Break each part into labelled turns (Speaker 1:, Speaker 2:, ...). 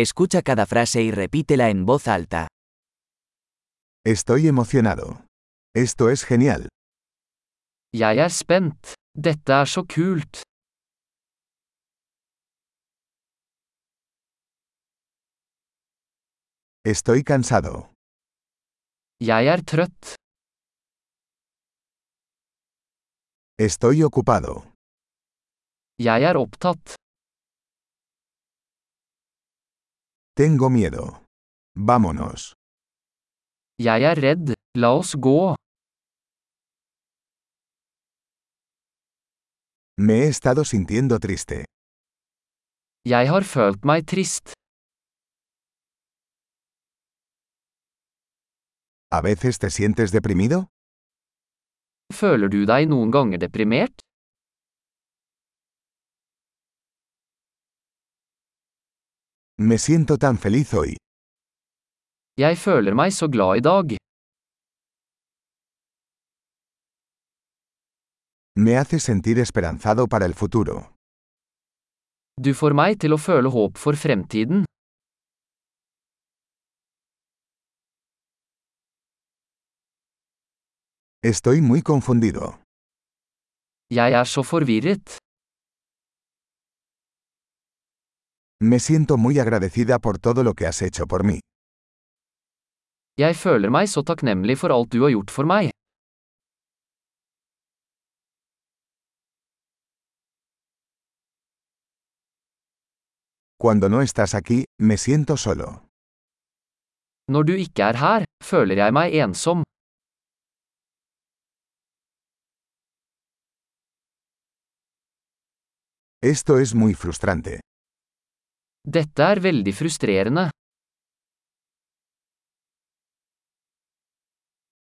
Speaker 1: Escucha cada frase y repítela en voz alta.
Speaker 2: Estoy emocionado. Esto es genial.
Speaker 3: Jeg er spent. Dette er så kult.
Speaker 2: Estoy cansado.
Speaker 3: Jeg er trøtt.
Speaker 2: Estoy ocupado.
Speaker 3: Jeg er opptatt.
Speaker 2: Tengo miedo. Vámonos.
Speaker 3: Jeg er redd. La oss gå.
Speaker 2: Me he estado sintiendo triste.
Speaker 3: Jeg har følt meg trist.
Speaker 2: ¿A veces te sientes deprimido?
Speaker 3: Føler du deg noen ganger deprimert?
Speaker 2: Me siento tan feliz hoy.
Speaker 3: Jeg føler meg så glad i dag.
Speaker 2: Me hace sentir esperanzado para el futuro.
Speaker 3: Du får meg til å føle håp for fremtiden.
Speaker 2: Estoy muy confundido.
Speaker 3: Jeg er så forvirret.
Speaker 2: Me siento muy agradecida por todo lo que has hecho por mí.
Speaker 3: Jeg føler meg så takknemlig for alt du har gjort for meg.
Speaker 2: Cuando no estás aquí, me siento solo.
Speaker 3: Når du ikke er her, føler jeg meg ensom.
Speaker 2: Esto es muy frustrante.
Speaker 3: Dette er veldig frustrerende.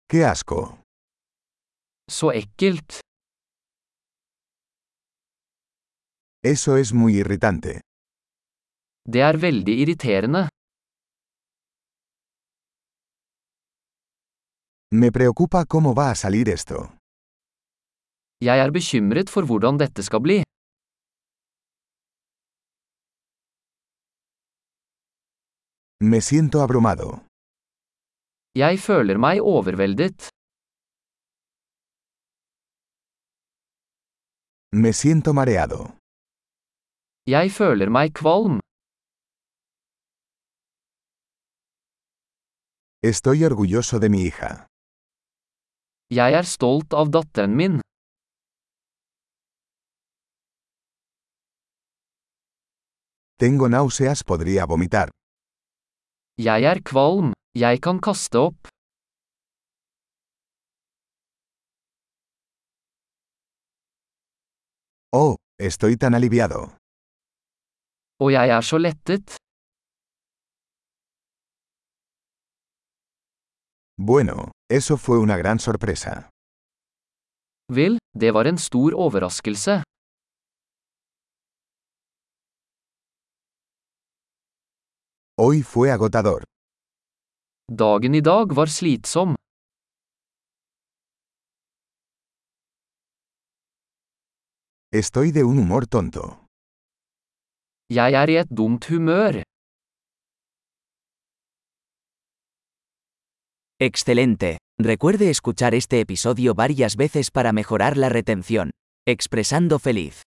Speaker 2: ¡Qué asco!
Speaker 3: Så ekkelt.
Speaker 2: Eso es muy irritante.
Speaker 3: Det er veldig irriterende.
Speaker 2: Me preocupa cómo va a salir esto.
Speaker 3: Jeg er bekymret for hvordan dette skal bli.
Speaker 2: Me siento abrumado.
Speaker 3: Jeg føler meg overveldet.
Speaker 2: Me siento mareado.
Speaker 3: Jeg føler meg kvalm.
Speaker 2: Estoy orgulloso de mi hija.
Speaker 3: Jeg er stolt av datteren min.
Speaker 2: Tengo náuseas, podría vomitar.
Speaker 3: Jeg er kvalm. Jeg kan kaste opp.
Speaker 2: Oh, estoy tan aliviado.
Speaker 3: Og jeg er så lettet.
Speaker 2: Bueno, eso fue una gran sorpresa.
Speaker 3: Vel, det var en stor overraskelse.
Speaker 2: Hoy fue agotador.
Speaker 3: Dagen i dag var slitsom.
Speaker 2: Estoy de un humor tonto.
Speaker 3: Jeg er i et dumt humør.
Speaker 1: Excelente. Recuerde escuchar este episodio varias veces para mejorar la retención. Expresando feliz.